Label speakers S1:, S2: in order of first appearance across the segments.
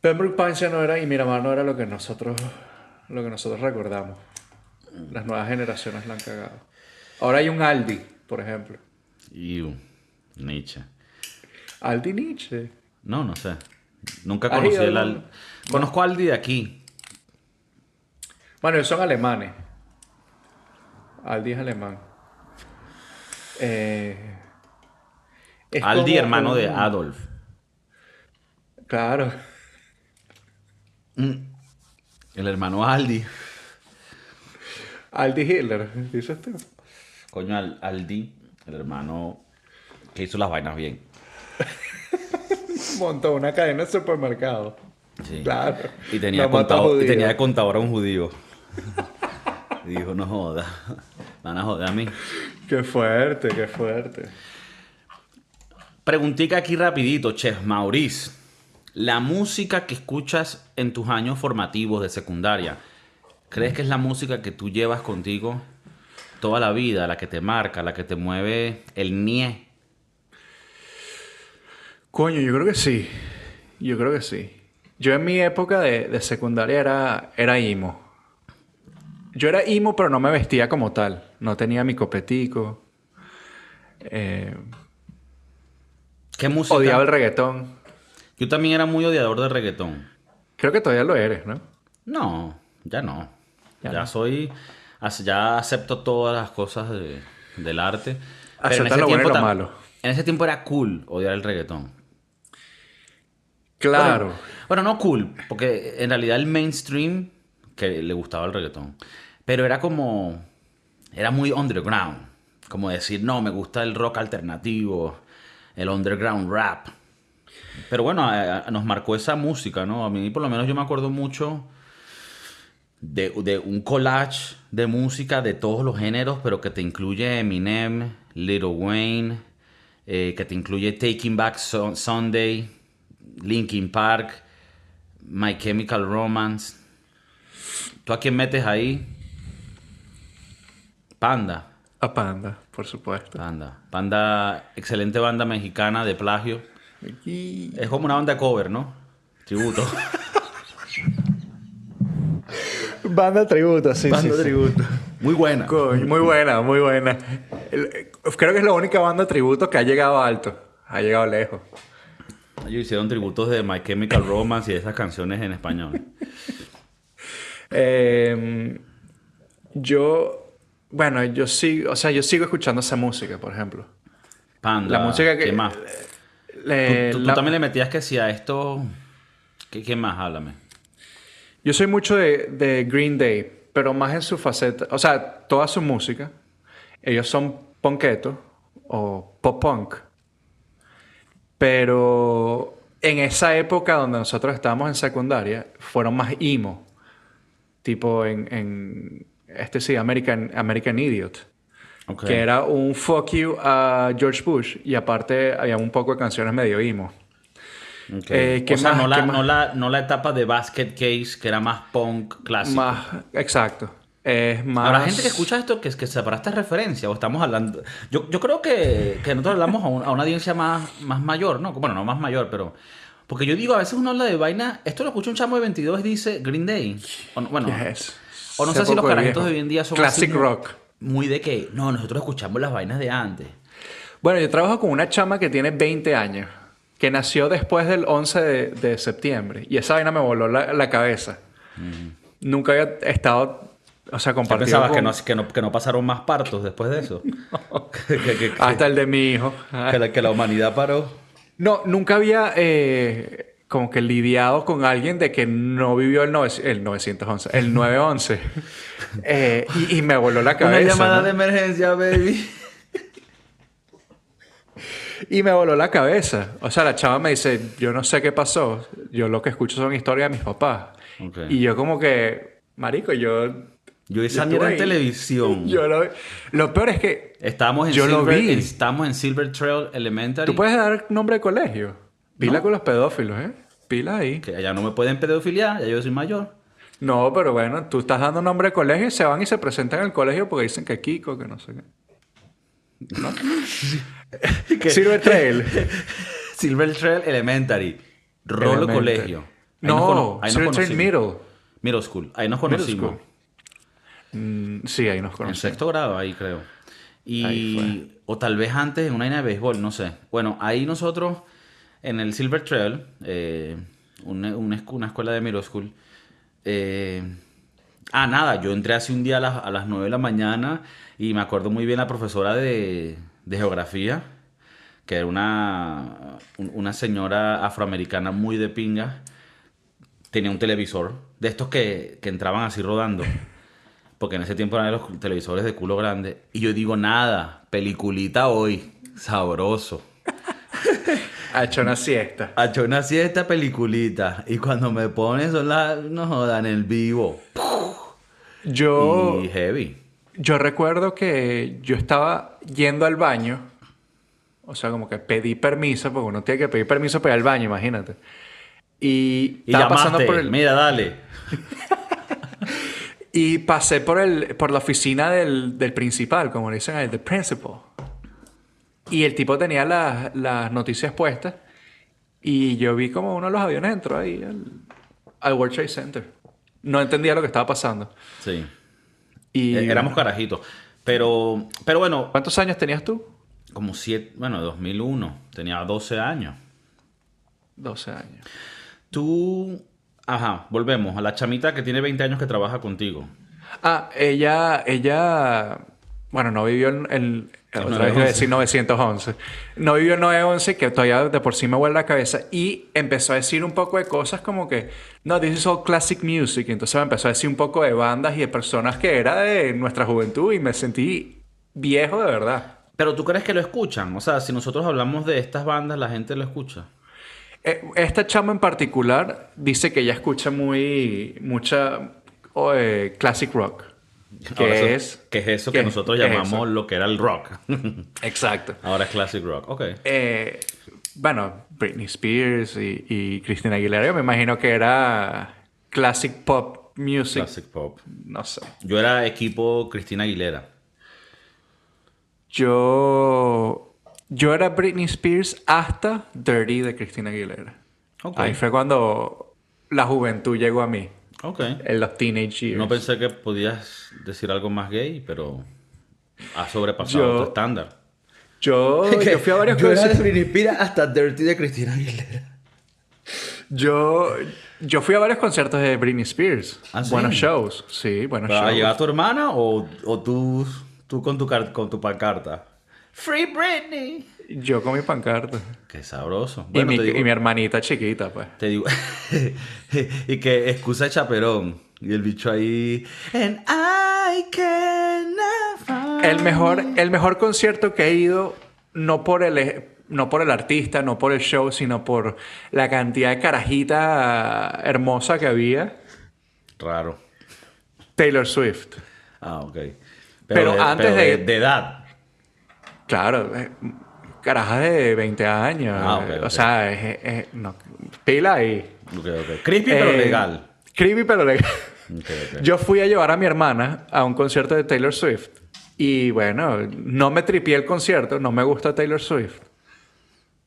S1: Pembroke Pines ya no era y Miramar no era lo que nosotros, lo que nosotros recordamos. Las nuevas generaciones la han cagado. Ahora hay un Aldi, por ejemplo.
S2: Iu, Nietzsche.
S1: Aldi Nietzsche.
S2: No, no sé. Nunca
S1: ¿Has
S2: conocí
S1: ido
S2: el
S1: alguno?
S2: Aldi. Conozco Aldi de aquí.
S1: Bueno, ellos son alemanes. Aldi es alemán. Eh, es
S2: Aldi,
S1: como
S2: hermano de
S1: un-
S2: Adolf.
S1: Claro.
S2: Mm. El hermano Aldi.
S1: Aldi Hitler, dices tú.
S2: Coño, Al- Aldi, el hermano que hizo las vainas bien.
S1: Montó una cadena de supermercado.
S2: Sí.
S1: Claro.
S2: Y tenía,
S1: La
S2: de
S1: mata
S2: contador, y
S1: judía.
S2: tenía de contador a un judío. Y dijo, no joda. Van a joder a mí.
S1: Qué fuerte, qué fuerte.
S2: Preguntica aquí rapidito, Chef Maurice. La música que escuchas en tus años formativos de secundaria, ¿crees que es la música que tú llevas contigo toda la vida, la que te marca, la que te mueve el nie?
S1: Coño, yo creo que sí. Yo creo que sí. Yo en mi época de, de secundaria era, era emo. Yo era emo, pero no me vestía como tal. No tenía mi copetico. Eh,
S2: ¿Qué música?
S1: odiaba el reggaetón.
S2: Yo también era muy odiador de reggaetón.
S1: Creo que todavía lo eres, ¿no?
S2: No, ya no. Ya,
S1: Ya no.
S2: soy. ac- Ya acepto todas las cosas de- del arte. Pero
S1: Acepta lo bueno y lo
S2: tam-
S1: malo.
S2: En ese tiempo era cool odiar el reggaetón.
S1: Claro.
S2: Bueno, bueno, no cool, porque en realidad el mainstream que le gustaba el reggaetón. Pero era como. Era muy underground. Como decir, no, me gusta el rock alternativo, el underground rap. Pero bueno, a- a- nos marcó esa música, ¿no? A mí, por lo menos, yo me acuerdo mucho de, de un collage de música de todos los géneros, pero que te incluye Eminem, Little Wayne, eh, que te incluye Taking Back Sun- Sunday, Linkin Park, My Chemical Romance. ¿Tú a quién metes ahí? Panda.
S1: A Panda, por supuesto.
S2: Panda. Panda, excelente banda mexicana de plagio.
S1: Y-
S2: Es como una banda cover, ¿no? Tributo.
S1: Banda tributo, sí, sí, sí.
S2: tributo. Muy buena.
S1: Coño, muy buena, muy buena. El- Creo que es la única banda tributo que ha llegado alto. Ha llegado lejos.
S2: Ellos hicieron tributos de My Chemical Romance y de esas canciones en español.
S1: Eh, yo, bueno, yo sigo, o sea, yo sigo escuchando esa música, por ejemplo.
S2: Panda.
S1: La música que-
S2: ¿Qué más?
S1: Le-
S2: tú, tú- tú
S1: la-
S2: también le metías que si a esto. ¿Qué, qué más? Háblame.
S1: Yo soy mucho de, de Green Day, pero más en su faceta, o sea, toda su música. Ellos son punketos o pop punk. Pero en esa época donde nosotros estábamos en secundaria, fueron más emo. Tipo en, en este sí, American, American Idiot.
S2: Ok.
S1: Que era un fuck you a George Bush y aparte había un poco de canciones medio emo.
S2: Ok.
S1: eh, ¿qué
S2: o sea,
S1: más?
S2: no, la,
S1: ¿Qué más?
S2: no la- no la etapa de Basket Case, que era más punk clásico.
S1: Más, exacto. Es más.
S2: Habrá gente que escucha esto que, que sabrá esta referencia, o estamos hablando. Yo, yo creo que, que nosotros hablamos a, un- a una audiencia más, más mayor, ¿no? Bueno, no más mayor, pero. Porque yo digo, a veces uno habla de vaina. Esto lo escucha un chamo de 22 y dice Green Day. O no- bueno,
S1: Yes.
S2: o no
S1: Ese
S2: sé si los
S1: poco de
S2: carajitos
S1: viejo.
S2: de hoy en día son.
S1: Classic
S2: así muy-
S1: rock.
S2: Muy de que. No, nosotros escuchamos las vainas de antes.
S1: Bueno, yo trabajo con una chama que tiene 20 años, que nació después del 11 de, de septiembre. Y esa vaina me voló la, la cabeza. Nunca había estado, o sea,
S2: ¿Tú
S1: compartido.
S2: pensabas que
S1: con-
S2: no, que, no, que no pasaron más partos después de eso? que, que- que-
S1: Hasta Ah, el de mi hijo.
S2: que la, que la humanidad paró.
S1: No, nunca había eh, como que lidiado con alguien de que no vivió el, nove- el 911, el 911. Eh, y, y me voló la cabeza. ¿no?
S2: emergencia, baby.
S1: Y me voló la cabeza. O sea, la chava me dice, yo no sé qué pasó. Yo lo que escucho son historias de mis papás.
S2: Ok.
S1: Y yo como que, marico, yo...
S2: Yo esa
S1: Yo
S2: mierda en
S1: estuve ahí.
S2: televisión.
S1: Yo lo, lo peor es que...
S2: Estábamos en,
S1: Yo lo
S2: Silver,
S1: vi.
S2: en- estamos en Silver Trail Elementary.
S1: Tú puedes dar nombre de colegio. Pila
S2: No.
S1: con los pedófilos, ¿eh? Pila ahí.
S2: Que allá no me pueden pedofiliar, ya yo soy mayor.
S1: No, pero bueno, tú estás dando nombre de colegio y se van y se presentan al colegio porque dicen que Kiko, que no sé qué. ¿No? Silver Trail.
S2: Silver Trail Elementary. Rolo
S1: Elementary.
S2: Colegio. Ahí nos
S1: No,
S2: cono- ahí nos
S1: Zero Turn
S2: conocimos.
S1: Middle.
S2: Middle School. Ahí nos
S1: Middle
S2: conocimos.
S1: School. Mm, sí, ahí nos
S2: En
S1: conocimos.
S2: sexto grado, ahí creo. Y,
S1: Ahí
S2: o tal vez antes en una vaina de béisbol, no sé. Bueno, ahí nosotros, en el Silver Trail, eh, una, una escu- una escuela de middle school. eh, ah, nada, yo entré hace un día a las, a las 9 de la mañana y me acuerdo muy bien la profesora de, de geografía, que era una, un- una señora afroamericana muy de pinga. Tenía un televisor, de estos que, que entraban así rodando. Porque en ese tiempo eran los televisores de culo grande. Y yo digo, nada, peliculita hoy. Sabroso.
S1: Ha hecho una siesta.
S2: Hacho una siesta, peliculita. Y cuando me ponen son las... No jodan, el vivo.
S1: Yo,
S2: Y heavy.
S1: yo recuerdo que yo estaba yendo al baño. O sea, como que pedí permiso, porque uno tiene que pedir permiso para ir al baño, imagínate. Y,
S2: Y
S1: estaba
S2: llamaste.
S1: pasando por el.
S2: Mira, dale.
S1: Y pasé por, el, por la oficina del, del principal, como le dicen ahí, the principal. Y el tipo tenía las, las noticias puestas. Y yo vi como uno de los aviones entró ahí al, al World Trade Center. No entendía lo que estaba pasando.
S2: Sí.
S1: Y,
S2: Eh, Éramos carajitos. Pero, pero bueno,
S1: ¿Cuántos años tenías tú?
S2: como siete... Bueno, 2001. Tenía 12 años.
S1: 12 años.
S2: Tú... Ajá, volvemos a la chamita que tiene 20 años que trabaja contigo.
S1: Ah, ella, ella, bueno, no vivió el, el-
S2: El
S1: otra vez iba a decir 911. No vivió el 911, que todavía de por sí me huele la cabeza. Y empezó a decir un poco de cosas como que, no, this is all classic music. Y entonces me empezó a decir un poco de bandas y de personas que era de nuestra juventud y me sentí viejo de verdad.
S2: Pero tú crees que lo escuchan? O sea, si nosotros hablamos de estas bandas, la gente lo escucha.
S1: Eh, Esta chama en particular dice que ella escucha muy, mucha oh, eh, classic rock.
S2: Ahora eso-
S1: Que es,
S2: Que es eso que
S1: que-
S2: nosotros
S1: que es
S2: llamamos lo que era el rock.
S1: Exacto.
S2: Ahora es classic rock. Ok.
S1: Eh, bueno, Britney Spears y, y Christina Aguilera, yo me imagino que era classic pop music.
S2: Classic pop.
S1: No sé.
S2: Yo era equipo Cristina Aguilera.
S1: Yo. Yo era Britney Spears hasta Dirty de Christina Aguilera.
S2: Ok.
S1: Ahí fue cuando la juventud llegó a mí.
S2: Ok.
S1: En los teenage years.
S2: No pues, pensé que podías decir algo más gay, pero has sobrepasado
S1: Yo-
S2: tu estándar.
S1: yo, yo fui a varios conciertos.
S2: hasta Dirty de Cristina Aguilera.
S1: Yo, yo fui a varios conciertos de Britney Spears.
S2: Ah, ¿sí?
S1: Buenos shows. Sí, buenos
S2: ¿Pero
S1: shows.
S2: llegaba tu hermana o, o tú, tú con, tu car- con tu pancarta? ¡Free Britney!
S1: Yo con mi pancarta.
S2: Qué sabroso.
S1: Y
S2: Bueno,
S1: mi-
S2: te digo-
S1: y mi hermanita chiquita, pues.
S2: Te digo. y que excusa de chaperón. Y el bicho ahí. And I cannot find-
S1: El mejor, el mejor concierto que he ido, no por el, no por el artista, no por el show, sino por la cantidad de carajita hermosa que había.
S2: Raro.
S1: Taylor Swift.
S2: Ah, ok. Pero,
S1: Pero
S2: de-
S1: antes
S2: pero
S1: de-
S2: de edad.
S1: Claro, eh, carajas de 20 años.
S2: Ah, ok, ok.
S1: O sea, es- es- no, pila ahí.
S2: Ok, ok. Creepy, pero
S1: Eh,
S2: legal.
S1: Creepy, pero legal.
S2: Ok, ok.
S1: Yo fui a llevar a mi hermana a un concierto de Taylor Swift. Y bueno, no me tripié el concierto, no me gusta Taylor Swift.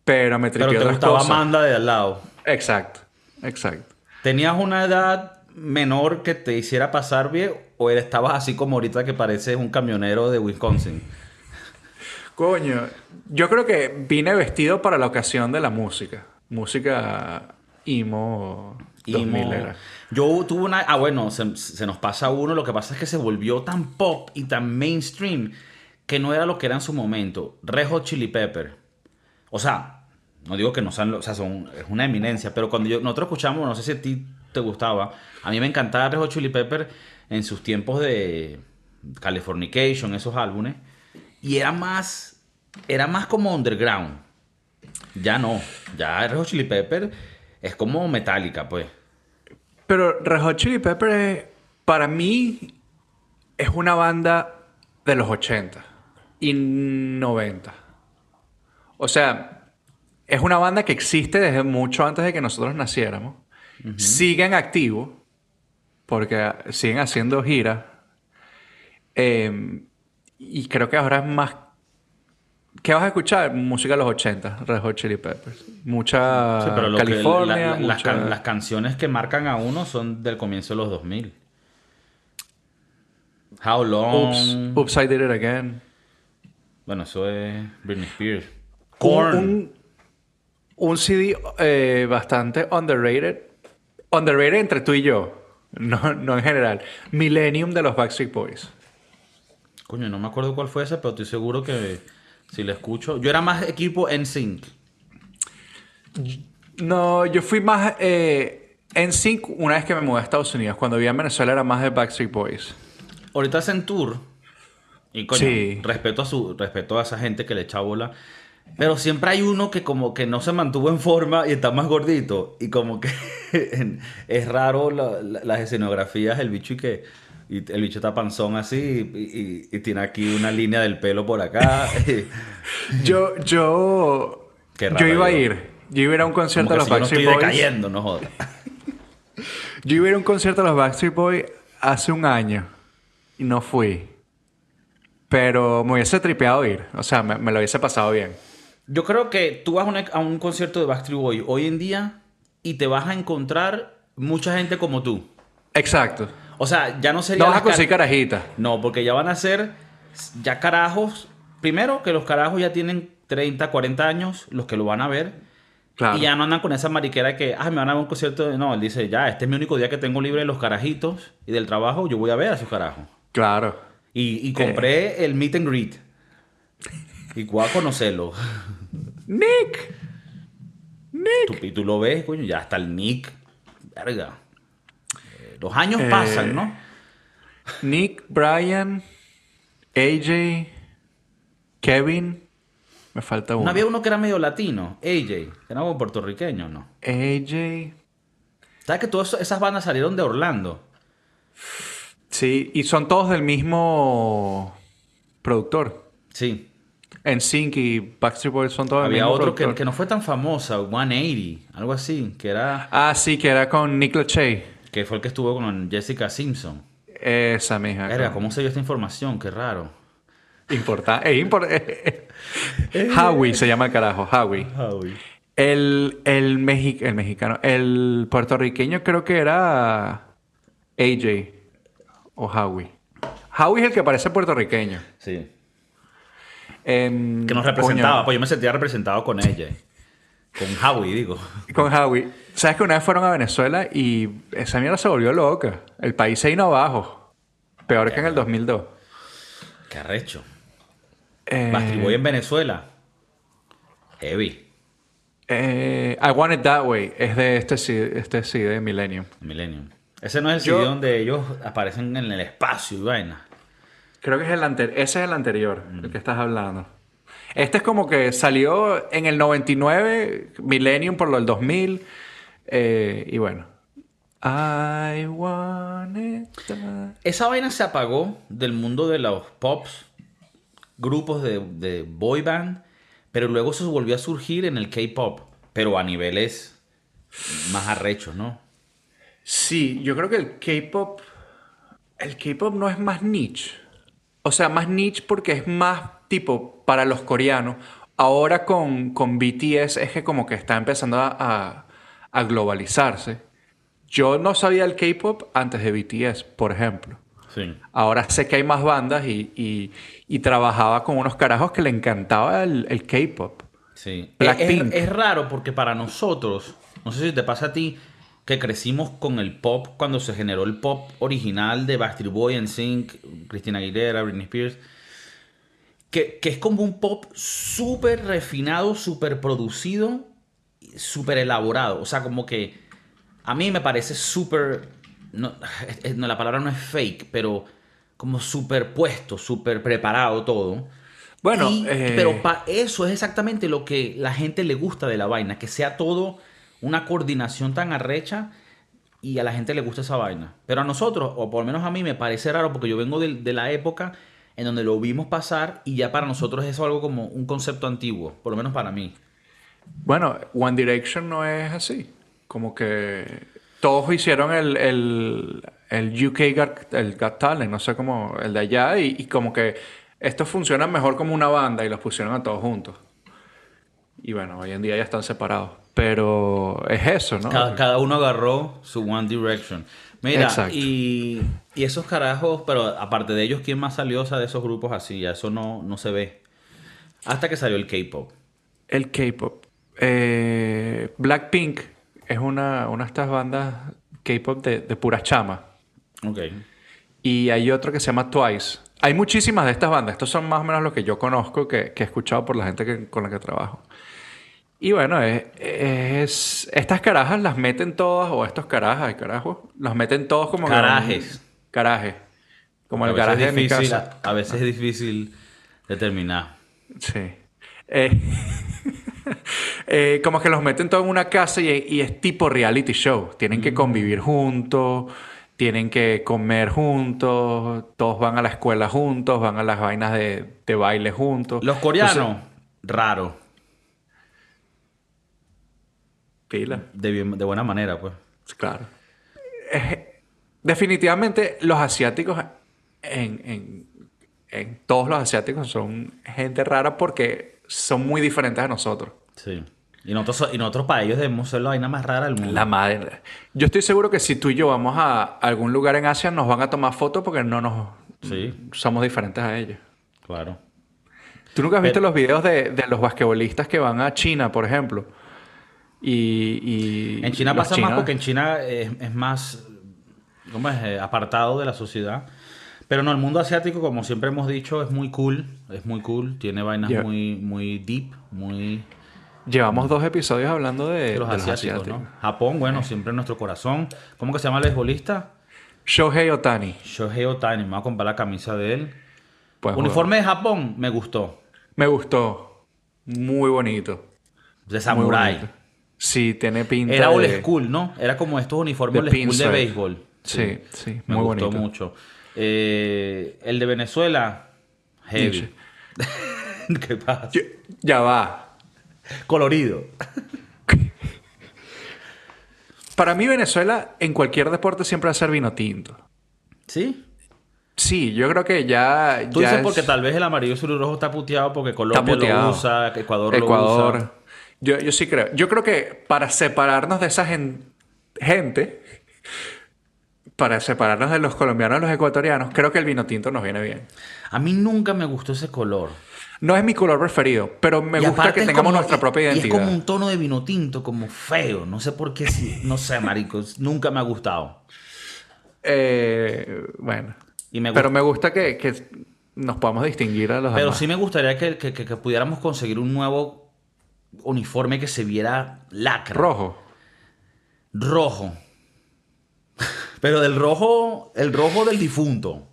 S1: Pero me tripié
S2: pero te
S1: otras
S2: gustaba
S1: cosas.
S2: Amanda de al lado.
S1: Exacto, exacto.
S2: ¿Tenías una edad menor que te hiciera pasar bien o era- estabas así como ahorita que pareces un camionero de Wisconsin?
S1: Coño, yo creo que vine vestido para la ocasión de la música. Música emo,
S2: Y
S1: 2000
S2: mo-
S1: era.
S2: Yo tuve una. Ah, bueno, se, se nos pasa uno. Lo que pasa es que se volvió tan pop y tan mainstream que no era lo que era en su momento. Rejo Chili Pepper. O sea, no digo que no sean. lo- O sea, son, es una eminencia. Pero cuando yo, nosotros escuchamos, no sé si a ti te gustaba. A mí me encantaba Rejo Chili Pepper en sus tiempos de Californication, esos álbumes. Y era más. Era más como underground. Ya no. Ya Red Hot Chili Pepper es como metálica, pues.
S1: Pero Red Hot Chili Peppers, para mí, es una banda de los 80 y 90. O sea, es una banda que existe desde mucho antes de que nosotros naciéramos. Siguen activos, porque siguen haciendo Em, giras. Eh, y creo que ahora es más ¿Qué vas a escuchar? Música de los 80, Red Hot Chili Peppers. Mucha
S2: Sí, pero lo que-
S1: Ah, California.
S2: la- la- las,
S1: mucha-
S2: can- las canciones que marcan a uno son del comienzo de los 2000. How Long.
S1: Oops, Oops, I Did It Again.
S2: Bueno, eso es Britney Spears.
S1: Un,
S2: Korn.
S1: un- un CD eh, bastante underrated. Underrated entre tú y yo. No, no en general. Millennium de los Backstreet Boys.
S2: Coño, no me acuerdo cuál fue ese, pero estoy seguro que si lo escucho. Yo era más equipo en sync.
S1: No, yo fui más eh, en sync una vez que me mudé a Estados Unidos. Cuando vivía en Venezuela era más de Backstreet Boys.
S2: Ahorita hacen tour. Y coño,
S1: Sí.
S2: respeto a su, respeto a esa gente que le echa bola. Pero siempre hay uno que como que no se mantuvo en forma y está más gordito. Y como que en- es raro la- la- las escenografías, el bicho y que. y el bicho está panzón así y, y- y tiene aquí una línea del pelo por acá.
S1: Yo, yo,
S2: Qué
S1: yo
S2: raro,
S1: iba a
S2: yo.
S1: ir. Yo iba a ir a un concierto
S2: como
S1: de
S2: que
S1: los
S2: si yo no estoy
S1: Backstreet Boys.
S2: decayendo, no jodas.
S1: Yo iba a ir a un concierto de los Backstreet Boys hace un año y no fui. Pero me hubiese tripeado ir. O sea, me, me lo hubiese pasado bien.
S2: Yo creo que tú vas a, una- a un concierto de Backstreet Boys hoy en día y te vas a encontrar mucha gente como tú.
S1: Exacto.
S2: O sea, ya no sería...
S1: No vas
S2: las
S1: a conseguir
S2: car-
S1: carajita.
S2: No, porque ya van a ser ya carajos. Primero, que los carajos ya tienen 30, 40 años, los que lo van a ver.
S1: Claro.
S2: Y ya no andan con esa mariquera que, ay, me van a ver un concierto. de-". No, él dice, ya, este es mi único día que tengo libre de los carajitos y del trabajo, yo voy a ver a esos carajos.
S1: Claro.
S2: Y, y compré el meet and greet. Y voy a conocerlo.
S1: Nick.
S2: Tú, y tú lo ves, coño, ya hasta el Nick. Verga. Eh, Los años
S1: Eh,
S2: pasan, ¿no?
S1: Nick, Brian, AJ, Kevin. Me falta uno.
S2: No había uno que era medio latino, AJ, que era como puertorriqueño, ¿no?
S1: AJ.
S2: ¿Sabes que todas esas bandas salieron de Orlando?
S1: Sí, y son todos del mismo productor.
S2: Sí.
S1: En Sync y Backstreet Boys son todos del
S2: Había
S1: mismo
S2: otro que,
S1: productor.
S2: que no fue tan famosa, 180, algo así, que era
S1: Ah, sí, que era con Nick Lachey.
S2: que fue el que estuvo con Jessica Simpson.
S1: Esa misma.
S2: Verga, ¿cómo se dio esta información? Qué raro.
S1: Importante. eh,
S2: Eh.
S1: Howie se llama el carajo, Howie. El, el, mexi- el mexicano, el puertorriqueño creo que era AJ o Howie. Howie es el que parece puertorriqueño.
S2: Sí.
S1: Em,
S2: Que nos
S1: coño,
S2: representaba, pues yo me sentía representado con ella. Con Howie, digo.
S1: Con Howie. ¿Sabes que una vez fueron a Venezuela y esa mierda se volvió loca? El país se vino abajo. Peor que en el 2002.
S2: Qué arrecho.
S1: Eh,
S2: Backstreet Boy en Venezuela. Heavy.
S1: Eh, I Want It That Way es de este CD, este CD de Millennium.
S2: Millennium. Ese no es el
S1: Yo-
S2: sitio donde ellos aparecen en el espacio y vaina.
S1: Creo que es el anterior. Ese es el anterior, el que estás hablando. Este es como que salió en el 99, Millennium por lo del 2000. eh, y bueno. I want it that-
S2: Esa vaina se apagó del mundo de los pops, grupos de, de boy band, pero luego se volvió a surgir en el K-pop, pero a niveles más arrechos, ¿no?
S1: Sí, yo creo que el K-pop. El K-pop no es más niche. O sea, más niche porque es más tipo para los coreanos. Ahora con, con BTS es que como que está empezando a, a- a globalizarse. Yo no sabía el K-pop antes de BTS, por ejemplo.
S2: Sí.
S1: Ahora sé que hay más bandas y, y- y trabajaba con unos carajos que le encantaba el, el K-pop.
S2: Sí. Es,
S1: Blackpink.
S2: es raro porque para nosotros, no sé si te pasa a ti, que crecimos con el pop cuando se generó el pop original de Backstreet Boy, Sync, Christina Aguilera, Britney Spears, que, que es como un pop súper refinado, súper producido, súper elaborado. O sea, como que a mí me parece súper... No, es- es- no, la palabra no es fake, pero como superpuesto, súper preparado todo.
S1: Bueno,
S2: Y-
S1: eh,
S2: pero pa- eso es exactamente lo que la gente le gusta de la vaina, que sea todo una coordinación tan arrecha y a la gente le gusta esa vaina. Pero a nosotros, o por lo menos a mí, me parece raro porque yo vengo del- de, la época en donde lo vimos pasar y ya para nosotros eso es algo como un concepto antiguo, por lo menos para mí.
S1: Bueno, One Direction no es así. Como que todos hicieron el, el, el UK Got, el Got Talent, no sé cómo, el de allá, y, y como que estos funcionan mejor como una banda y los pusieron a todos juntos. Y bueno, hoy en día ya están separados. Pero es eso, ¿no?
S2: Cada, cada uno agarró su One Direction. Mira,
S1: Exacto.
S2: y, y esos carajos, pero aparte de ellos, ¿quién más salió o sea, de esos grupos así? Ya eso no, no se ve. Hasta que salió el K-pop.
S1: El K-pop. Eh, Blackpink es una, una de estas bandas K-pop de, de puras chamas.
S2: Ok.
S1: Y hay otro que se llama Twice. Hay muchísimas de estas bandas. Estos son más o menos los que yo conozco, que, que he escuchado por la gente que- con la que trabajo. Y bueno, es, es- estas carajas las meten todas, o estos carajas, carajos, los meten todos como... que-
S2: Carajes.
S1: Carajes. Como el
S2: A veces
S1: garaje de
S2: es
S1: mi
S2: difícil-
S1: casa.
S2: A veces es difícil determinar.
S1: Sí. Eh, eh, como que los meten todos en una casa y, y es tipo reality show. Tienen
S2: Mm.
S1: que convivir juntos, tienen que comer juntos, todos van a la escuela juntos, van a las vainas de, de baile juntos.
S2: Los coreanos,
S1: Entonces-
S2: raro.
S1: Pila.
S2: De, bien- de buena manera, pues.
S1: Claro. Eh, definitivamente los asiáticos, en, en- en todos los asiáticos, son gente rara porque son muy diferentes a nosotros.
S2: Sí. Y nosotros, so- y nosotros para ellos debemos ser la vaina más rara del mundo.
S1: La madre. Yo estoy seguro que si tú y yo vamos a algún lugar en Asia, nos van a tomar fotos porque no nos
S2: Sí,
S1: somos diferentes a ellos.
S2: claro.
S1: ¿Tú nunca has visto los videos de, de los basquetbolistas que van a China, por ejemplo? Y, y
S2: En China
S1: los
S2: pasa más
S1: chinos-
S2: porque en China es, es más ¿cómo es? Eh, apartado de la sociedad. Pero no, el mundo asiático, como siempre hemos dicho, es muy cool. Es muy cool. Tiene vainas
S1: Yeah.
S2: muy, muy deep, muy
S1: Llevamos dos episodios hablando de,
S2: de los,
S1: de
S2: asiáticos, ¿no? Japón, bueno, siempre en nuestro corazón. ¿Cómo que se llama el beisbolista?
S1: Shohei Otani. Pues,
S2: Shohei Ohtani. Me voy a comprar la camisa de él. Uniforme de Japón, me gustó.
S1: Me gustó. Muy bonito.
S2: De
S1: Muy
S2: samurái.
S1: bonito. Sí, tiene pinta
S2: Era
S1: de-
S2: old school, ¿no? Era como estos uniformes
S1: de
S2: old school de
S1: pinstripe.
S2: béisbol.
S1: Sí, sí,
S2: me
S1: muy
S2: gustó
S1: bonito.
S2: mucho. Eh, el de Venezuela, heavy. ¿Qué pasa?
S1: Yo- Ya va.
S2: Colorido.
S1: Para mí Venezuela en cualquier deporte siempre va a ser vino tinto.
S2: ¿Sí?
S1: Sí, yo creo que ya...
S2: Tú
S1: ya
S2: dices
S1: es-
S2: porque tal vez el amarillo sur y rojo está puteado porque
S1: está
S2: Colombia lo
S1: puteado.
S2: usa, Ecuador,
S1: Ecuador.
S2: lo usa.
S1: Yo, yo sí creo. Yo creo que para separarnos de esa gen- gente, para separarnos de los colombianos y los ecuatorianos, creo que el vino tinto nos viene bien.
S2: A mí nunca me gustó ese color.
S1: No es mi color preferido, pero me
S2: Y
S1: gusta
S2: aparte
S1: que
S2: es
S1: tengamos
S2: como-
S1: nuestra propia
S2: y-
S1: identidad.
S2: Y es como un tono de vino tinto, como feo. No sé por qué, sí. no sé, maricos. Nunca me ha gustado.
S1: Eh, bueno.
S2: Y me gusta.
S1: Pero me gusta que, que nos podamos distinguir a los
S2: Pero
S1: demás.
S2: sí me gustaría que, que- que- que pudiéramos conseguir un nuevo uniforme que se viera lacra.
S1: Rojo.
S2: Rojo. Pero del rojo, el rojo del difunto.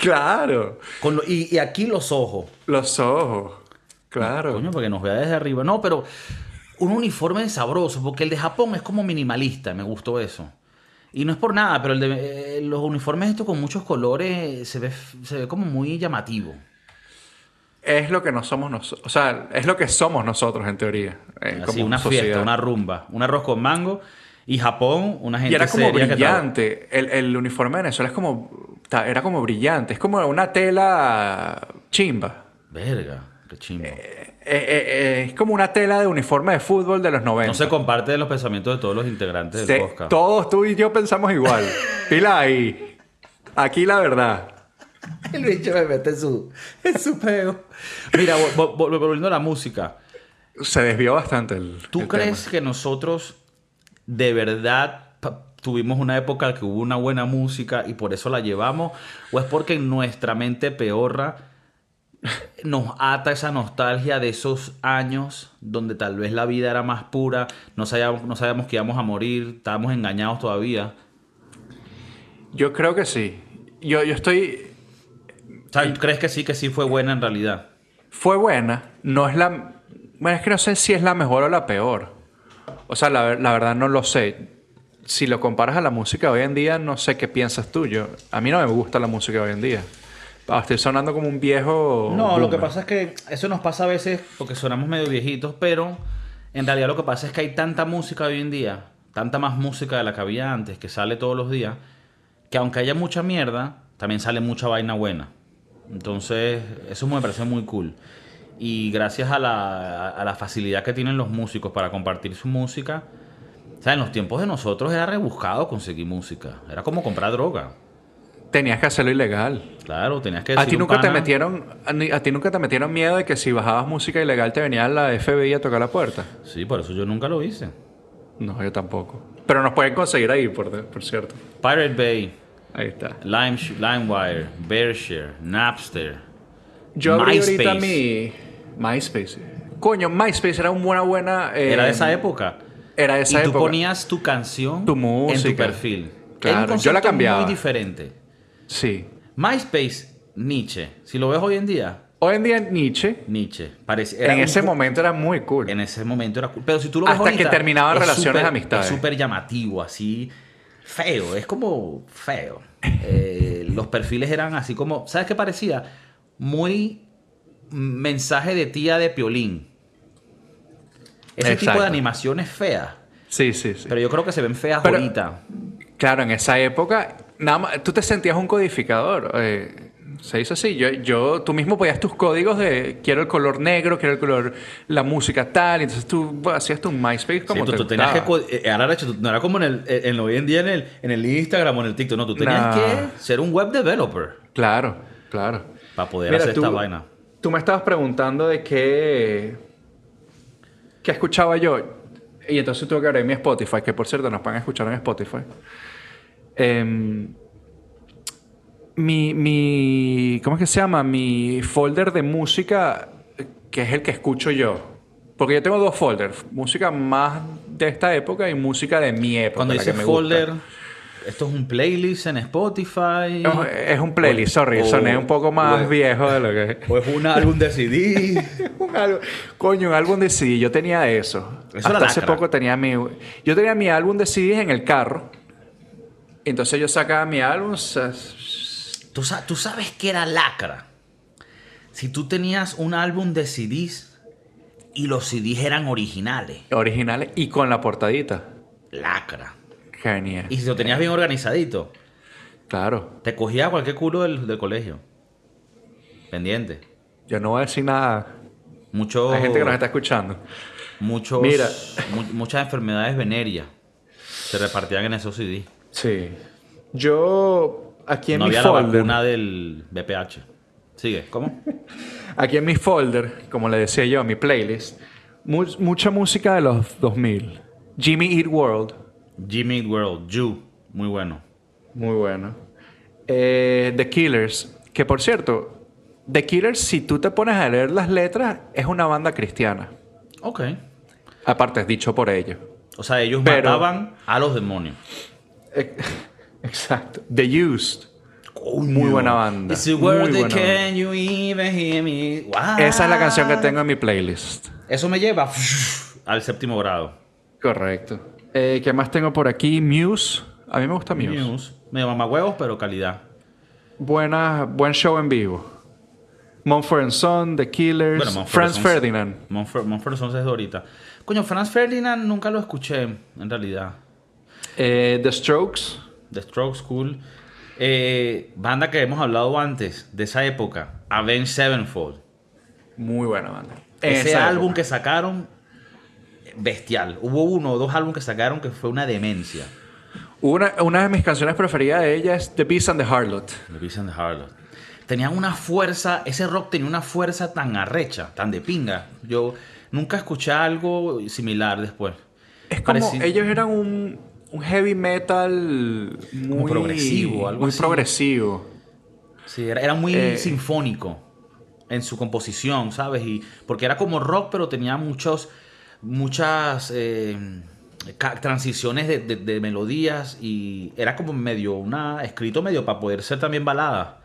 S1: claro.
S2: Con lo- y, y aquí los ojos.
S1: Los ojos. Claro.
S2: Coño, porque nos vea desde arriba. No, pero un uniforme sabroso, porque el de Japón es como minimalista, me gustó eso. Y no es por nada, pero el de, eh, los uniformes estos con muchos colores se ve, f- se ve como muy llamativo.
S1: Es lo que no somos nosotros. O sea, es lo que somos nosotros en teoría. eh,
S2: Así,
S1: como
S2: una
S1: sociedad.
S2: fiesta, una rumba, un arroz con mango. Y Japón, una gente
S1: Y era como
S2: seria que traba-
S1: brillante. El, el uniforme de Venezuela es como. ta- Era como brillante. Es como una tela chimba.
S2: Verga, qué chimbo.
S1: Eh, eh, eh, es como una tela de uniforme de fútbol de los 90.
S2: no se comparte los pensamientos de todos los integrantes del
S1: Se-
S2: podcast.
S1: todos tú y yo pensamos igual. Pila ahí. Aquí la verdad.
S2: El bicho me mete en su, en su peo. Mira, vo- vo- vo- volviendo a la música.
S1: Se desvió bastante el.
S2: ¿Tú
S1: el
S2: crees que nosotros de verdad pa- tuvimos una época en que hubo una buena música y por eso la llevamos? ¿O es porque en nuestra mente peorra nos ata esa nostalgia de esos años donde tal vez la vida era más pura, no sabíamos, no sabíamos que íbamos a morir, estábamos engañados todavía?
S1: tema. Yo creo que sí. Yo, yo estoy.
S2: O sea, ¿tú ¿Crees que sí, que sí fue buena en realidad?
S1: Fue buena. No es la. Bueno, es que no sé si es la mejor o la peor. O sea, la, ver- la verdad no lo sé. Si lo comparas a la música hoy en día, no sé qué piensas tú. Yo, a mí no me gusta la música hoy en día. Ah, estoy sonando como un viejo.
S2: No, lo que
S1: boomer.
S2: pasa es que eso nos pasa a veces porque sonamos medio viejitos, pero en realidad lo que pasa es que hay tanta música hoy en día, tanta más música de la que había antes, que sale todos los días, que aunque haya mucha mierda, también sale mucha vaina buena. Entonces, eso me pareció muy cool. Y gracias a la, a la facilidad que tienen los músicos para compartir su música, o sea, en los tiempos de nosotros era rebuscado conseguir música. Era como comprar droga.
S1: Tenías que hacerlo ilegal.
S2: Claro, tenías que
S1: A
S2: decir
S1: ti
S2: un
S1: nunca te
S2: pana-
S1: metieron, a, ni- a ti nunca te metieron miedo de que si bajabas música ilegal te venía la FBI a tocar la puerta.
S2: Sí, por eso yo nunca lo hice.
S1: No, yo tampoco. Pero nos pueden conseguir ahí, por, de- por cierto.
S2: Pirate Bay,
S1: Ahí está.
S2: Lime, LimeWire, Bearshare, Napster.
S1: Yo abrí
S2: MySpace.
S1: ahorita mi MySpace. Coño, MySpace era una buena buena. eh,
S2: Era de esa época.
S1: Era de esa
S2: y tú
S1: época.
S2: ponías tu canción
S1: Tu
S2: en tu
S1: música.
S2: perfil.
S1: Claro,
S2: Era un
S1: yo la
S2: concepto
S1: cambiaba.
S2: Muy diferente.
S1: Sí.
S2: MySpace, Nietzsche. Si lo ves hoy en día,
S1: Hoy en día Nietzsche,
S2: Nietzsche. Parece, era
S1: en
S2: un
S1: ese
S2: cu-
S1: momento era muy cool.
S2: En ese momento era cool. Pero si tú lo ves
S1: Hasta que
S2: ahorita,
S1: terminaban
S2: es
S1: relaciones
S2: súper-
S1: de amistades.
S2: Es súper llamativo, así. Feo, es como feo. Eh, los perfiles eran así como. ¿Sabes qué parecía? Muy mensaje de tía de piolín. Ese tipo
S1: Exacto.
S2: de animaciones feas.
S1: Sí, sí, sí.
S2: Pero yo creo que se ven feas
S1: Pero-
S2: ahorita.
S1: Claro, en esa época, nada más, tú te sentías un codificador. eh, se hizo así. Yo, yo, tú mismo podías tus códigos de quiero el color negro, quiero el color, la música tal. Entonces tú hacías tu MySpace como
S2: Sí, tú,
S1: te
S2: tú tenías que.
S1: gustaba.
S2: co- eh, ahora, de hecho, tú- no era como en el, eh, en, en- hoy en día en el, en el Instagram o en el TikTok. No, tú tenías
S1: Nah.
S2: que ser un web developer
S1: Claro, claro.
S2: para poder hacer
S1: tú,
S2: esta vaina.
S1: tú me estabas preguntando de qué, qué escuchaba yo. Y entonces tuve que abrir mi Spotify, que por cierto nos van a escuchar en Spotify. Em, mi, mi, ¿cómo es que se llama? Mi folder de música, que es el que escucho yo. Porque yo tengo dos folders, música más de esta época y música de mi época.
S2: Cuando
S1: la que
S2: dices
S1: me gusta.
S2: folder, esto es un playlist en Spotify.
S1: Es, es un playlist, sorry,
S2: O-
S1: soné un poco más
S2: o-
S1: viejo de lo que es.
S2: O es un álbum de CD.
S1: Un álbum- coño, un álbum de CD. Yo tenía eso.
S2: Eso era
S1: Hasta hace
S2: lacra.
S1: poco tenía mi... Yo tenía mi álbum de CDs en el carro. Entonces yo sacaba mi álbum... sa-
S2: ¿Tú, sa- tú sabes que era lacra. Si tú tenías un álbum de CDs y los CDs eran originales,
S1: Originales y con la portadita.
S2: lacra.
S1: Genial.
S2: Y si lo tenías bien organizadito,
S1: Claro.
S2: te cogía cualquier culo del, del colegio. Pendiente.
S1: Yo no voy a decir nada.
S2: Mucho.
S1: Hay gente que nos está escuchando.
S2: muchos-
S1: Mira.
S2: mu- muchas enfermedades venéreas se repartían en esos CDs.
S1: Sí. Yo... Aquí en
S2: No
S1: mi
S2: había la
S1: folder...
S2: vacuna del BPH. Sigue, ¿cómo?
S1: Aquí en mi folder, como le decía yo, mi playlist, mu- mucha música de los 2000. Jimmy Eat World,
S2: Jimmy World, You, muy bueno.
S1: Muy bueno. Eh, The Killers, que por cierto, The Killers, si tú te pones a leer las letras, es una banda cristiana.
S2: Ok.
S1: Aparte, es dicho por ellos.
S2: O sea, ellos
S1: Pero-
S2: mataban a los demonios.
S1: Eh, Exacto. The Used. Muy buena banda.
S2: It's the
S1: Muy
S2: word that
S1: buena
S2: can you even hear me. Wow.
S1: Esa es la canción que tengo en mi playlist.
S2: Eso me lleva al séptimo grado.
S1: Correcto. Eh, ¿Qué más tengo por aquí? Muse. A mí me gusta Muse.
S2: News. Me mamá huevos, pero calidad.
S1: Buena, buen show en vivo. Mumford and Son, The Killers,
S2: Mumford
S1: Franz
S2: Sons-
S1: Ferdinand.
S2: Mumford Mumford Sons es de ahorita. Coño, Franz Ferdinand nunca lo escuché, en realidad.
S1: Eh, The Strokes.
S2: The Strokes, cool. Eh, banda que hemos hablado antes, de esa época. Avenged Sevenfold.
S1: Muy buena banda.
S2: Ese
S1: Esa
S2: álbum
S1: época.
S2: que sacaron, bestial. Hubo uno o dos álbumes que sacaron que fue una demencia.
S1: Una, una de mis canciones preferidas de ella es The Beast and the Harlot.
S2: The Beast and the Harlot. Tenían una fuerza, ese rock tenía una fuerza tan arrecha, tan de pinga. Yo nunca escuché algo similar después.
S1: Es como,
S2: Pareci-
S1: ellos eran un, un heavy metal muy
S2: progresivo, algo
S1: muy
S2: así.
S1: progresivo.
S2: Sí, era, era muy
S1: Eh.
S2: sinfónico en su composición, ¿sabes? Y, porque era como rock, pero tenía muchos, muchas eh, ca- transiciones de, de- de melodías y era como medio una escrito medio para poder ser también balada.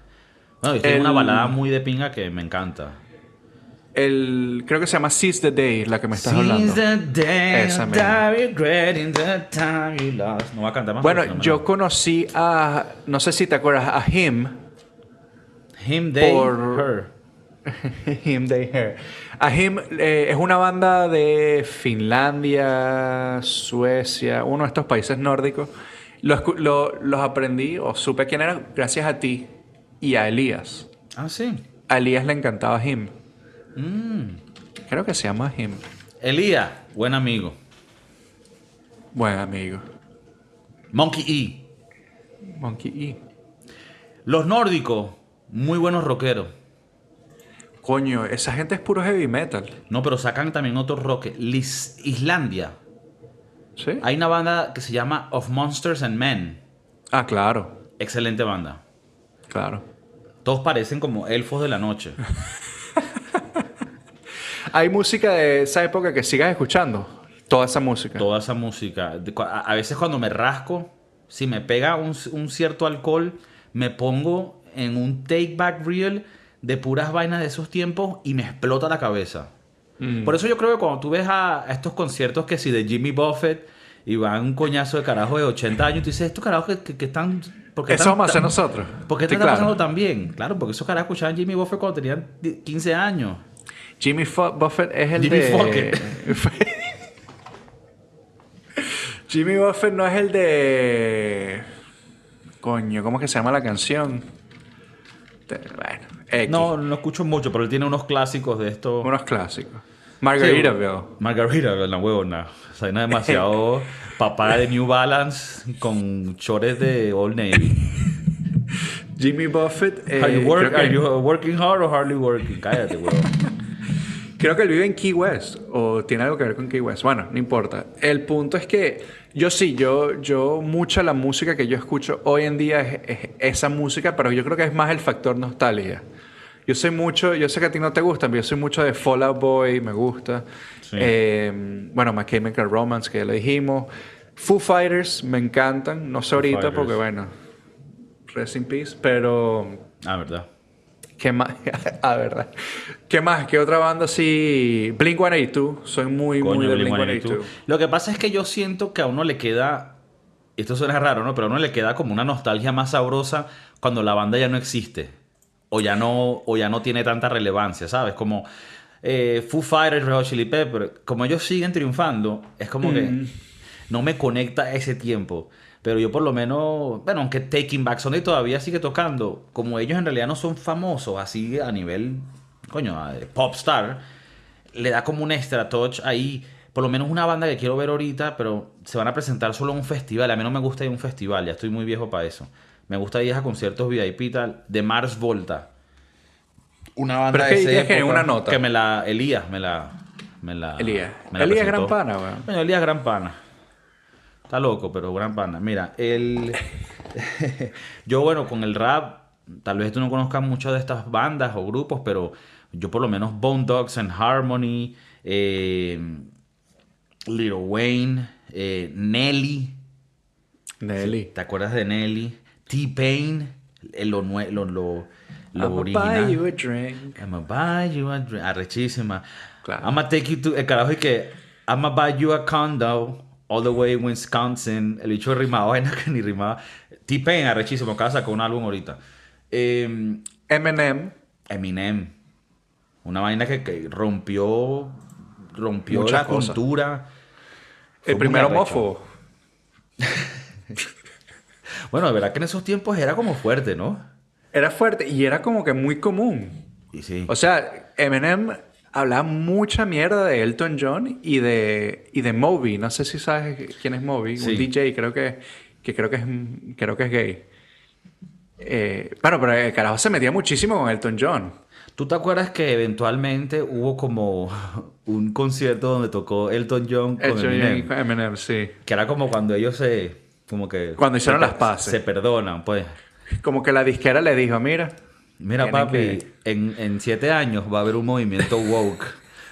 S2: Bueno, es
S1: El-
S2: una balada muy de pinga que me encanta.
S1: El, creo que se llama Seize the Day, la que me estás hablando.
S2: Since the day
S1: Esa
S2: of
S1: misma.
S2: the regretting the time you lost. No va a cantar más.
S1: Bueno,
S2: porque no me
S1: yo
S2: la-
S1: conocí a, no sé si te acuerdas, a Him,
S2: Him, they,
S1: por-
S2: her.
S1: Him They Her. A Him eh, es una banda de Finlandia, Suecia, uno de estos países nórdicos. Lo escu- lo- los aprendí o supe quién era gracias a ti y a Elías.
S2: Ah, sí.
S1: A Elías le encantaba Him.
S2: Mm.
S1: Creo que se llama Him.
S2: Elías, buen amigo.
S1: Buen amigo.
S2: Monkey E.
S1: Monkey E.
S2: Los nórdicos, muy buenos rockeros.
S1: Coño, esa gente es puro heavy metal.
S2: No, pero sacan también otro rock. Lis- Islandia.
S1: ¿Sí?
S2: Hay una banda que se llama Of Monsters and Men.
S1: Ah, claro.
S2: Excelente banda.
S1: Claro.
S2: Todos parecen como elfos de la noche.
S1: Hay música de esa época que sigas escuchando. Toda esa música.
S2: Toda esa música. De cua- A a veces cuando me rasco, si me pega un, c- un cierto alcohol, me pongo en un take back reel de puras vainas de esos tiempos y me explota la cabeza.
S1: Mm.
S2: Por eso yo creo que cuando tú ves a, a estos conciertos que si de Jimmy Buffett y van un coñazo de carajo de 80 años, tú dices, estos carajos que, que- que están... ¿por qué
S1: Eso
S2: están
S1: vamos a hacer
S2: tan-
S1: nosotros.
S2: ¿Por qué
S1: Sí,
S2: están pasando
S1: claro.
S2: tan bien? Claro, porque esos carajos escuchaban Jimmy Buffett cuando tenían 15 años.
S1: Jimmy Fu- Buffett es el
S2: Jimmy
S1: de. Jimmy Buffett no es el de. Coño, ¿cómo es que se llama la canción? Te- Bueno, X.
S2: No, no escucho mucho, pero él tiene unos clásicos de estos...
S1: Unos clásicos. Margarita,
S2: Margarita, la huevona. O sea, no demasiado papá de New Balance con chores de Old Navy.
S1: Jimmy Buffett. eh,
S2: Are you, work-
S1: creo, que,
S2: are you working hard or hardly working? Cállate, huevón.
S1: creo que él vive en Key West. O tiene algo que ver con Key West. Bueno, no importa. El punto es que yo sí, yo, yo mucha la música que yo escucho hoy en día es, es esa música, pero yo creo que es más el factor nostalgia. Yo soy mucho, yo sé que a ti no te gustan, pero yo soy mucho de Fall Out Boy, me gusta.
S2: Sí.
S1: Eh, bueno, My Chemical Romance, que ya lo dijimos. Foo Fighters, me encantan. No sé ahorita
S2: Fighters.
S1: porque, bueno, Rest in Peace, pero
S2: Ah, verdad.
S1: ¿Qué más? ah, verdad. ¿Qué más? ¿Qué otra banda así? Blink 182. Soy muy, muy
S2: Coño,
S1: de Blink
S2: Blink-182.
S1: 182.
S2: Lo que pasa es que yo siento que a uno le queda. Esto suena raro, ¿no? Pero a uno le queda como una nostalgia más sabrosa cuando la banda ya no existe. O ya no, o ya no tiene tanta relevancia, ¿sabes? Como eh, Foo Fighters, Red Hot Chili Peppers. Como ellos siguen triunfando, es como
S1: Mm.
S2: que no me conecta a ese tiempo. Pero yo por lo menos, bueno, aunque Taking Back Sunday todavía sigue tocando, como ellos en realidad no son famosos así a nivel, coño, a- pop star, le da como un extra touch ahí. Por lo menos una banda que quiero ver ahorita, pero se van a presentar solo en un festival. A mí no me gusta ir a un festival, ya estoy muy viejo para eso. Me gusta ir a conciertos VIP y tal, de Mars Volta. Una banda
S1: Pero es que
S2: de esa
S1: dirías que
S2: época
S1: una nota.
S2: que me la Elías me la me la
S1: Elías.
S2: Ah, me la
S1: Elías
S2: presentó.
S1: gran pana, weón.
S2: Coño, Elías gran pana. Está loco, pero gran pana. Mira, el yo bueno, con el rap tal vez tú no conozcas muchas de estas bandas o grupos, pero yo por lo menos Bone Dogs and Harmony, eh, Little Wayne, eh, Nelly,
S1: Nelly.
S2: ¿te acuerdas de Nelly? T-Pain, eh, lo, nue- lo, lo, lo
S1: I'ma
S2: original.
S1: buy you a drink.
S2: I'ma buy you a drink. Arrechísima.
S1: Claro.
S2: I'ma take you to. El carajo y que. I'ma buy you a condo. All the way Wisconsin. El bicho rimaba vaina que ni rimaba. T-Pain, arrechísimo. Acaba de sacar un álbum ahorita. Eh,
S1: Eminem.
S2: Eminem. Una vaina que, que rompió. Rompió
S1: Muchas
S2: la
S1: cosas.
S2: cultura. Fue
S1: El
S2: muy
S1: primer
S2: arrecho.
S1: homófobo.
S2: Bueno, de verdad que en esos tiempos era como fuerte, ¿no?
S1: Era fuerte y era como que muy común.
S2: Y sí.
S1: O sea, Eminem hablaba mucha mierda de Elton John y de, y de Moby. No sé si sabes quién es Moby.
S2: Sí.
S1: Un DJ, creo que, que creo que es, creo que es gay. Eh, bueno, pero el carajo se metía muchísimo con Elton John.
S2: ¿Tú te acuerdas que eventualmente hubo como un concierto donde tocó Elton John con
S1: Elton John y
S2: Eminem?
S1: Eminem, sí.
S2: Que era como cuando ellos se. Como que.
S1: Cuando hicieron
S2: se-
S1: las paces.
S2: Se perdonan, pues.
S1: Como que la disquera le dijo, mira,
S2: Mira,
S1: Tienen
S2: papi, en, en siete años va a haber un movimiento woke.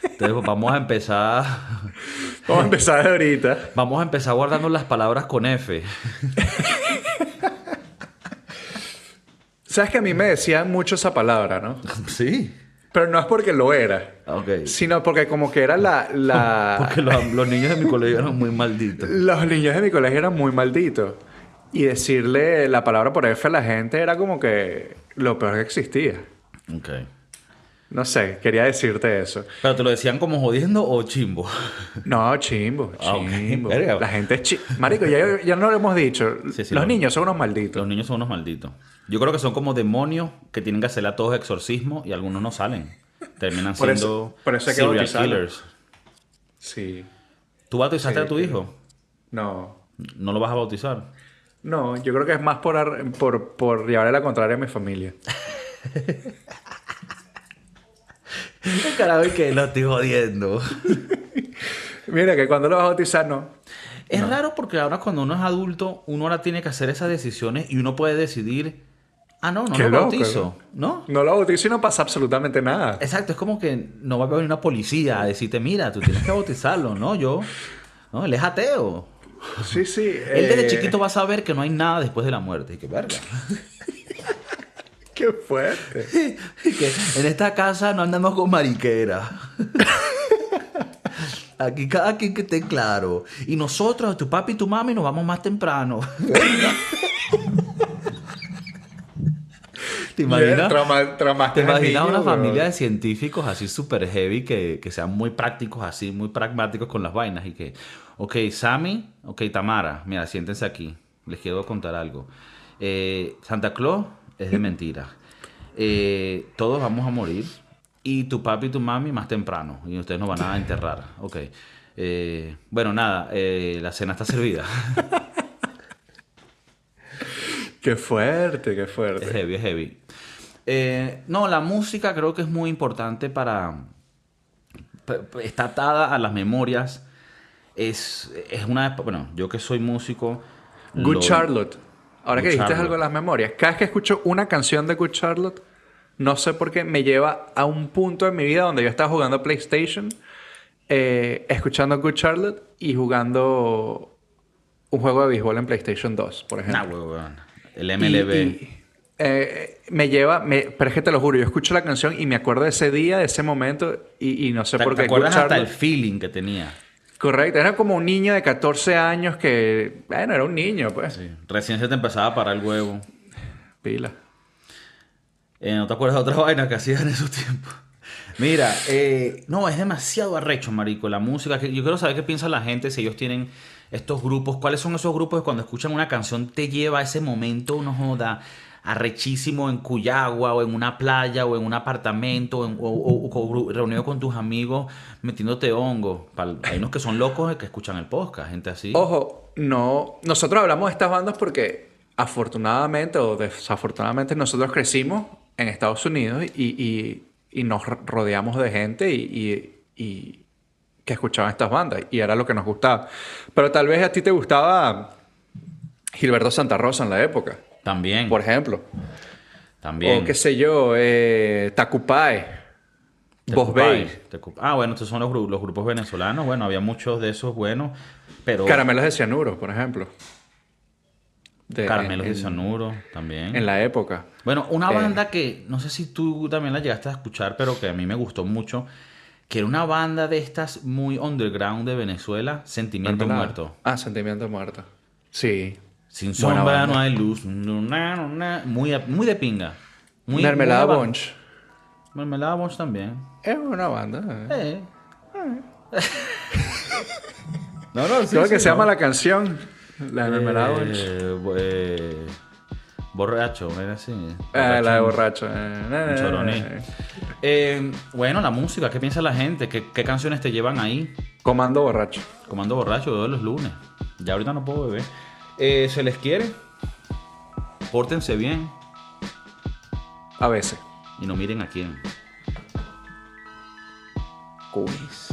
S2: Entonces, pues, vamos a empezar.
S1: vamos a empezar de ahorita.
S2: Vamos a empezar guardando las palabras con F.
S1: Sabes que a mí me decían mucho esa palabra, ¿no?
S2: Sí.
S1: Pero no es porque lo era,
S2: Ah, Ok.
S1: sino porque como que era la... la...
S2: Porque los, los niños de mi colegio eran muy malditos.
S1: Los niños de mi colegio eran muy malditos. Y decirle la palabra por F a la gente era como que lo peor que existía.
S2: Ok.
S1: No sé, quería decirte eso.
S2: Pero te lo decían como jodiendo o chimbo.
S1: No, chimbo,
S2: Ah, ok.
S1: chimbo.
S2: Verga.
S1: La gente es chi- Marico, ya, ya no lo hemos dicho.
S2: Sí, sí,
S1: Los
S2: lo-
S1: niños son unos malditos.
S2: Los niños son unos malditos. Yo creo que son como demonios que tienen que hacer a todos exorcismos y algunos no salen. Terminan
S1: Por eso-
S2: siendo
S1: por eso hay que
S2: serial
S1: bautizarlos.
S2: killers.
S1: Sí.
S2: ¿Tú bautizaste
S1: Sí,
S2: a tu
S1: sí.
S2: hijo?
S1: No.
S2: ¿No lo vas a bautizar?
S1: No, yo creo que es más por, ar- por, por llevarle la contraria a mi familia.
S2: Carajo, que lo estoy jodiendo.
S1: Mira, que cuando lo vas a bautizar, no.
S2: Es raro porque ahora cuando uno es adulto, uno ahora tiene que hacer esas decisiones y uno puede decidir, ah, no, no
S1: Qué
S2: lo
S1: loco,
S2: bautizo. ¿No?
S1: No lo bautizo y no pasa absolutamente nada.
S2: Exacto, es como que no va a venir una policía a decirte, mira, tú tienes que bautizarlo, ¿no? Yo, no, él es ateo.
S1: Sí, sí.
S2: Él desde
S1: eh,
S2: chiquito va a saber que no hay nada después de la muerte. Y que verga.
S1: Qué fuerte.
S2: Y que en esta casa no andamos con mariquera. Aquí cada quien que esté claro. Y nosotros, tu papi y tu mami, nos vamos más temprano. ¿Te
S1: Bien,
S2: imaginas?
S1: trauma- traumaste
S2: ¿Te
S1: al
S2: imaginas
S1: niño,
S2: una
S1: weón.
S2: familia de científicos así súper heavy que, que sean muy prácticos, así, muy pragmáticos con las vainas? Y que, ok, Sammy, ok, Tamara, mira, siéntense aquí. Les quiero contar algo. Eh, Santa Claus es de mentira. Eh, todos vamos a morir. Y tu papi y tu mami más temprano. Y ustedes nos van a enterrar. Ok. Eh, bueno, nada, eh, la cena está servida.
S1: Qué fuerte, qué
S2: Es
S1: fuerte.
S2: heavy, es heavy. Eh, no, la música creo que es muy importante para... pa- pa- Está atada a las memorias. Es, es una... Bueno, yo que soy músico...
S1: Good
S2: lo-
S1: Charlotte. Ahora que
S2: Good
S1: dijiste
S2: Charlotte.
S1: algo de las memorias, cada vez que escucho una canción de Good Charlotte, no sé por qué me lleva a un punto en mi vida donde yo estaba jugando PlayStation, eh, escuchando Good Charlotte y jugando un juego de béisbol en PlayStation 2, por ejemplo.
S2: Nah, huevón. El
S1: Y-
S2: MLB.
S1: y, eh, me lleva, me, pero es que te lo juro, yo escucho la canción y me acuerdo de ese día, de ese momento, y, y no sé
S2: ¿Te,
S1: por
S2: te
S1: qué.
S2: acuerdas
S1: Good
S2: hasta el
S1: Charlotte-
S2: feeling que tenía?
S1: Correcto, era como un niño de 14 años que, bueno, era un niño, pues.
S2: Sí. Recién se te empezaba a parar el huevo.
S1: Pila.
S2: Eh, ¿No te acuerdas de otras vainas que hacías en esos tiempos? Mira, eh, no, es demasiado arrecho, marico, la música. que- Yo quiero saber qué piensa la gente, si ellos tienen estos grupos. ¿Cuáles son esos grupos que cuando escuchan una canción te lleva a ese momento, no joda, arrechísimo en Cuyagua o en una playa o en un apartamento o, en- o- o- o con gru- reunido con tus amigos metiéndote hongo? Pal- Hay unos que son locos que escuchan el podcast, gente así.
S1: Oh, Ojo, no, nosotros hablamos de estas bandas porque afortunadamente o desafortunadamente nosotros crecimos en Estados Unidos y, y- y nos rodeamos de gente y, y- y que escuchaban estas bandas y era lo que nos gustaba. Pero tal vez a ti te gustaba Gilberto Santa Rosa en la época,
S2: También,
S1: por oh, ejemplo.
S2: también.
S1: O qué sé yo, eh, Tacupae,
S2: Te
S1: Vos
S2: ocupáis,
S1: Veis,
S2: te ocup- Ah, bueno, estos son los, gru- los grupos venezolanos. Bueno, había muchos de esos buenos, pero
S1: Caramelos de Cianuro, por ejemplo. De-
S2: Caramelos
S1: en-
S2: de Sanuro también.
S1: En la época.
S2: Bueno, una
S1: Eh.
S2: banda que no sé si tú también la llegaste a escuchar, pero que a mí me gustó mucho, que era una banda de estas muy underground de Venezuela, Sentimiento
S1: Mermelada.
S2: Muerto.
S1: Ah, sentimiento muerto. Sí.
S2: Sin
S1: Buena
S2: sombra
S1: banda.
S2: no hay luz. No, no, no, no. Muy, a- muy de pinga. Muy,
S1: Mermelada
S2: muy de ba-
S1: Bunch.
S2: Mermelada Bunch también.
S1: Es una banda. eh.
S2: Eh. no, no, sí,
S1: Creo
S2: sí,
S1: que se
S2: no.
S1: llama la canción.
S2: Ah,
S1: La de Mermelada Bunch.
S2: Eh, bo- eh, borracho, era así.
S1: Ah, la de
S2: Borracho,
S1: borracho. Eh, na, na,
S2: un choroní.
S1: na, na.
S2: Eh, bueno, la música, ¿qué piensa la gente? ¿Qué, qué canciones te llevan ahí?
S1: Comando borracho.
S2: Comando borracho, veo los lunes. Ya ahorita no puedo beber. Eh, ¿Se les quiere? Pórtense bien
S1: A veces.
S2: y no miren a quién. Comis.